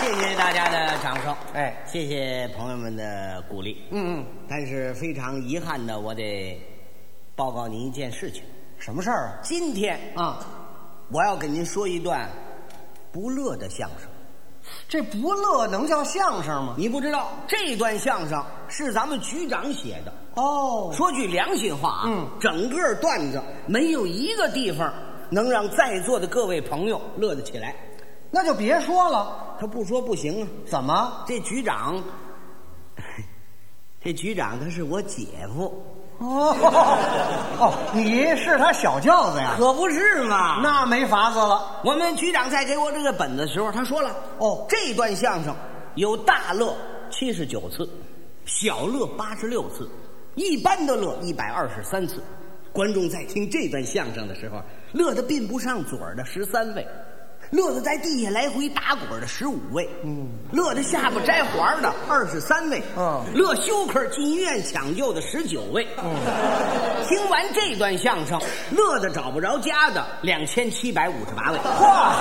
谢大家的掌声，哎谢谢朋友们的鼓励。嗯嗯，但是非常遗憾的，我得报告您一件事情。什么事儿啊？今天啊，我要给您说一段不乐的相声。这不乐能叫相声吗？你不知道这段相声是咱们局长写的。哦，说句良心话啊，嗯整个段子没有一个地方能让在座的各位朋友乐得起来。那就别说了。他不说不行啊，怎么？这局长，这局长他是我姐夫，哦哦，你是他小舅子呀？可不是嘛？那没法子了。我们局长在给我这个本子的时候，他说了，哦这段相声有大乐七十九次，小乐八十六次，一般的乐一百二十三次。观众在听这段相声的时候，乐得并不上嘴儿的十三位，乐得在地下来回打滚儿的十五位，嗯，乐得下巴摘环儿的二十三位，嗯乐休克进医院抢救的十九位，听完这段相声，乐得找不着家的两千七百五十八位。哇，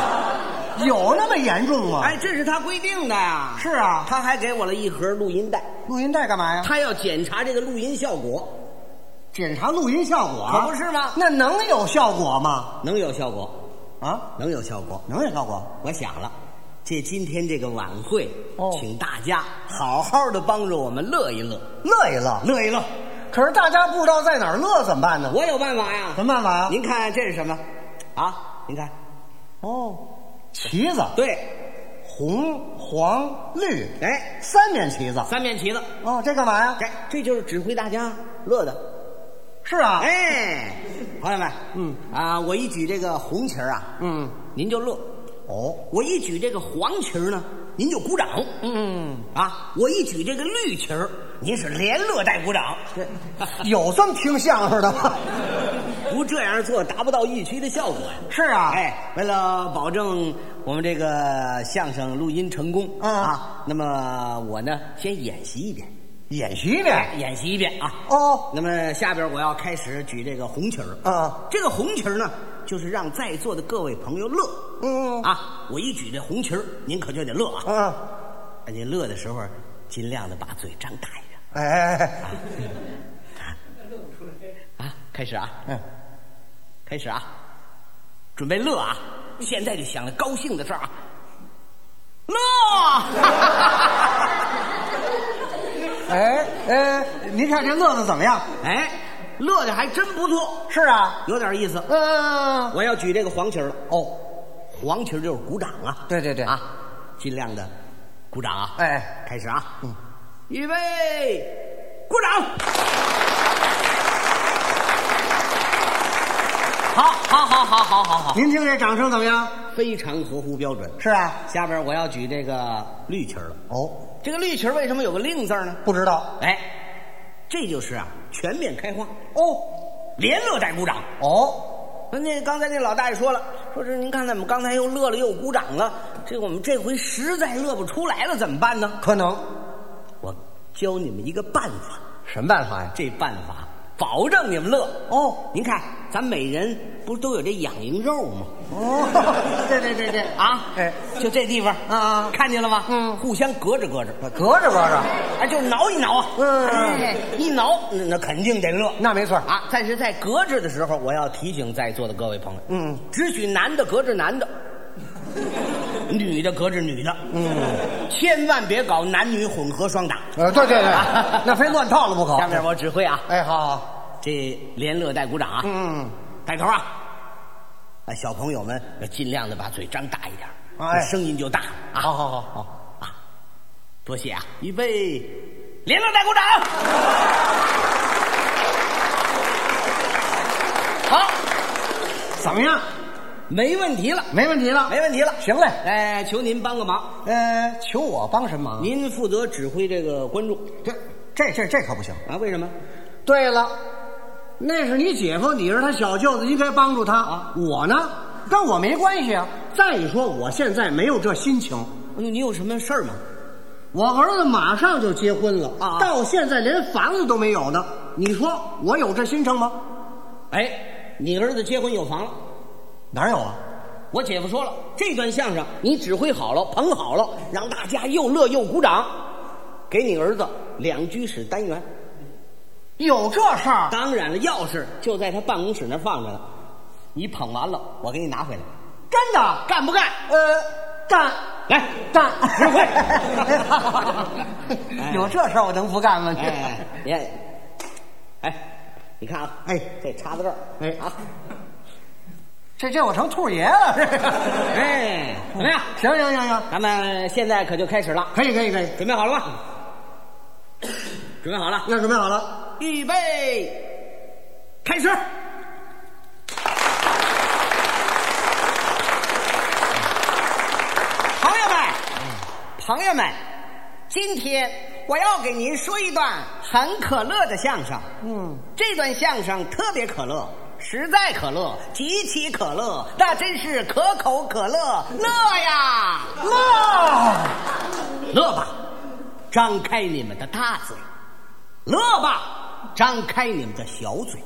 有那么严重吗？哎，，这是他规定的呀。是啊，他还给我了一盒录音带，录音带干嘛呀？他要检查这个录音效果，检查录音效果啊，可不是吗那能有效果吗？能有效果，啊，能有效果。能有效果？我想了，借今天这个晚会，哦请大家好好的帮着我们乐一乐，乐一乐，乐一乐。可是大家不知道在哪儿乐怎么办呢？我有办法呀。什么办法呀？您看这是什么？啊，您看，哦，旗子，对，红、黄、绿，哎，三面旗子。三面旗子，哦，这干嘛呀？这这就是指挥大家乐的。是啊，哎，朋友们，嗯啊，我一举这个红旗儿啊，嗯，您就乐。哦，我一举这个黄旗儿呢，您就鼓掌；嗯，啊，我一举这个绿旗儿，您是连乐带鼓掌。有这么听相声的吗？ 哎不这样做达不到预期的效果呀。是啊，，哎，为了保证我们这个相声录音成功、嗯啊，那么我呢先演习一遍，演习呗。演习一遍啊。哦，那么下边我要开始举这个红旗儿。啊，这个红旗儿呢，就是让在座的各位朋友乐。嗯啊，我一举这红旗儿，您可就得乐啊。嗯，哎您乐的时候，尽量的把嘴张大一点哎哎哎，啊！开始啊，嗯，开始啊，准备乐啊！现在就想着高兴的事儿啊，乐！啊哎哎，您看这乐的怎么样？哎，乐的还真不错，是啊，有点意思。嗯，我要举这个黄旗儿了，哦，黄旗儿就是鼓掌啊。对对对啊，尽量的鼓掌啊。，哎，开始啊，嗯，预备，鼓掌！好，好，好，好，好，好，好。您听这掌声怎么样？非常合乎标准。是啊，下边我要举这个绿旗儿了。哦，这个绿旗儿为什么有个“令”字儿呢？不知道，哎，这就是啊，全面开花，哦连乐带鼓掌。哦，那那刚才那老大爷说了，说这您看咱们刚才又乐了又鼓掌了，这我们这回实在乐不出来了，怎么办呢？可能我教你们一个办法，什么办法呀？这办法保证你们乐。哦您看，咱每人不是都有这养蝇肉吗？哦， 对对对对啊，哎，就这地方啊啊看见了吗？嗯啊互相隔着隔着。隔着隔着，哎，就是挠一挠啊，嗯哎，一挠那那肯定得乐那没错啊。但是在隔着的时候，我要提醒在座的各位朋友，嗯，只许男的隔着男 的，女的隔着女的，嗯，千万别搞男女混合双打。呃，对对对，那非乱套了不可。下面我指挥啊，哎，好好，这连乐带鼓掌啊，嗯，带头啊！哎，小朋友们要尽量的把嘴张大一点，哎声音就大了啊。好好好好，啊，多谢啊！预备，连乐带鼓掌。 好，怎么样？没问题了，没问题了。没问题了。行嘞，哎，求您帮个忙，呃，求我帮什么忙？您负责指挥这个观众这这这这可不行。啊？为什么？对了，那是你姐夫，你是他小舅子，应该帮助他。啊我呢，跟我没关系啊。再一说，我现在没有这心情。哎你你有什么事儿吗？我儿子马上就结婚了啊到现在连房子都没有呢。你说我有这心情吗？哎，你儿子结婚有房了，哪有啊？我姐夫说了，这段相声你指挥好了，捧好了，让大家又乐又鼓掌，给你儿子两居室单元。有这事儿？当然了，钥匙就在他办公室那儿放着呢。你捧完了，我给你拿回来，真的？干不干？呃，干来，干，。实惠 有这事儿我能不干吗？哎，你看，哎，你看啊，哎这插在这儿，哎啊，这这我成兔爷 了，这个。哎，怎么样？行行行行，咱们现在可就开始了，可以可以可以，准备好了吗？准备好了，要准备好了。预备，开始。朋友们，朋友们，今天我要给您说一段很可乐的相声。嗯，这段相声特别可乐，实在可乐，极其可乐，那真是可口可乐，乐呀乐。乐吧，张开你们的大嘴；乐吧，张开你们的小嘴；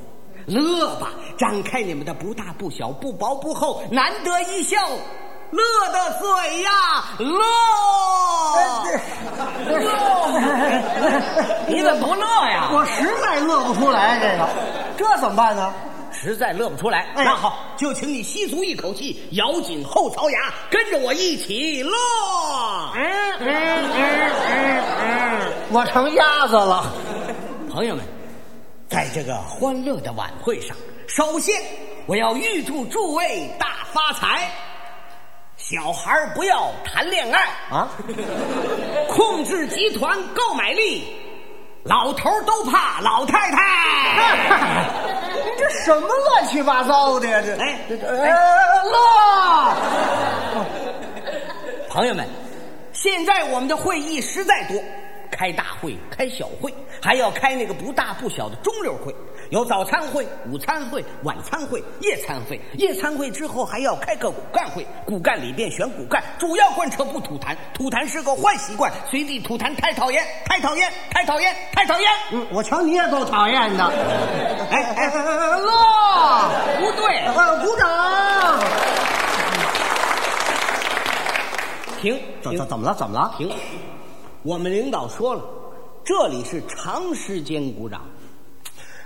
乐吧，张开你们的不大不小、不薄不厚，难得一笑，乐的嘴呀，哎哦乐！乐！你怎么不乐呀？我实在乐不出来，这个，这怎么办呢？实在乐不出来，哎那好，就请你吸足一口气，咬紧后槽牙，跟着我一起乐。嗯嗯嗯嗯嗯，我成鸭子了。朋友们，在这个欢乐的晚会上，首先我要预祝诸位大发财。小孩儿不要谈恋爱啊， 控制集团购买力，老头儿都怕老太 太。您这什么乱七八糟的呀？这哎这这哎乐，朋友们，现在我们的会议实在多，开大会、开小会，还要开那个不大不小的中流会，有早餐会、午餐会、晚餐会、夜餐会。夜餐会之后还要开个骨干会，骨干里边选骨干，主要贯彻不吐痰，吐痰是个坏习惯，随地吐痰太讨厌，太讨厌，太讨厌，太讨厌。嗯我瞧你也够讨厌的。哎哎哎，乐，不对，呃鼓掌。停，怎怎怎么了？怎么了？停，我们领导说了，这里是长时间鼓掌。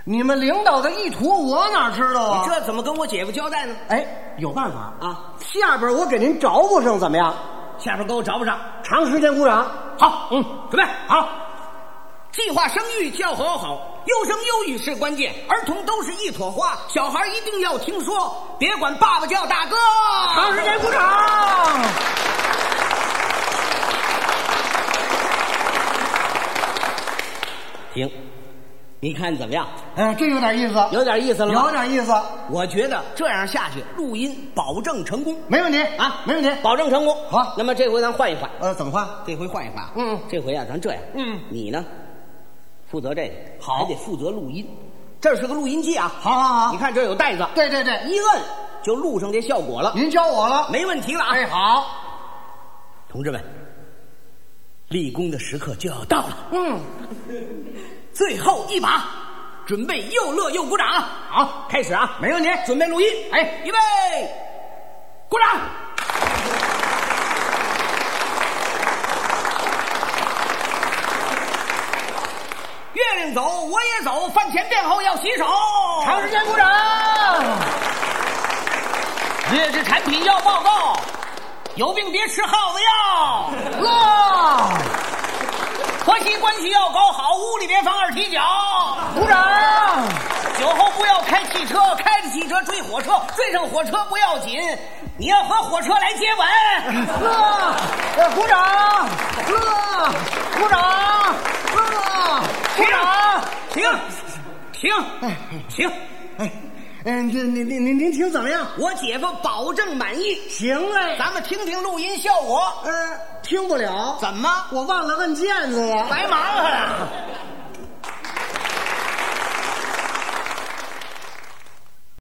你们领导的意图我哪知道你啊？这怎么跟我姐夫交代呢？哎，有办法啊！下边我给您找补上，怎么样？下边给我找不上。长时间鼓掌。好，嗯，准备好。计划生育教好好，优生优育是关键。儿童都是一朵花，小孩一定要听说，别管爸爸叫大哥。长时间鼓掌。停，你看怎么样？哎，这有点意思，有点意思了吧有点意思，我觉得这样下去，录音保证成功没问题啊，没问题。保证成功。好那么这回咱换一换，呃，怎么换？这回换一换。嗯这回啊，咱这样，嗯你呢，负责这个，好还得负责录音。这是个录音机啊，好好好，你，看这有袋子，嗯对对对，一摁就录上这效果了，您教我了。没问题了啊！哎，好，同志们，立功的时刻就要到了，嗯， 最后一把，准备又乐又鼓掌啊！好，开始啊！没问题。准备录音，哎，预备，鼓掌！月亮走，我也走，饭前便后要洗手，长时间鼓掌。劣质产品要报告，有病别吃耗子药。乐，婆媳关系要搞好，屋里别放二踢脚。鼓掌。酒后不要开汽车，开着汽车追火车，追上火车不要紧，你要和火车来接吻。乐，啊呃，鼓掌。乐，鼓掌。乐，鼓掌。停，停，停！哎，嗯，这您您您您听怎么样？我姐夫保证满意。行嘞。咱们听听录音效果，呃，听不了。怎么我忘了摁键子了。白忙活了？啊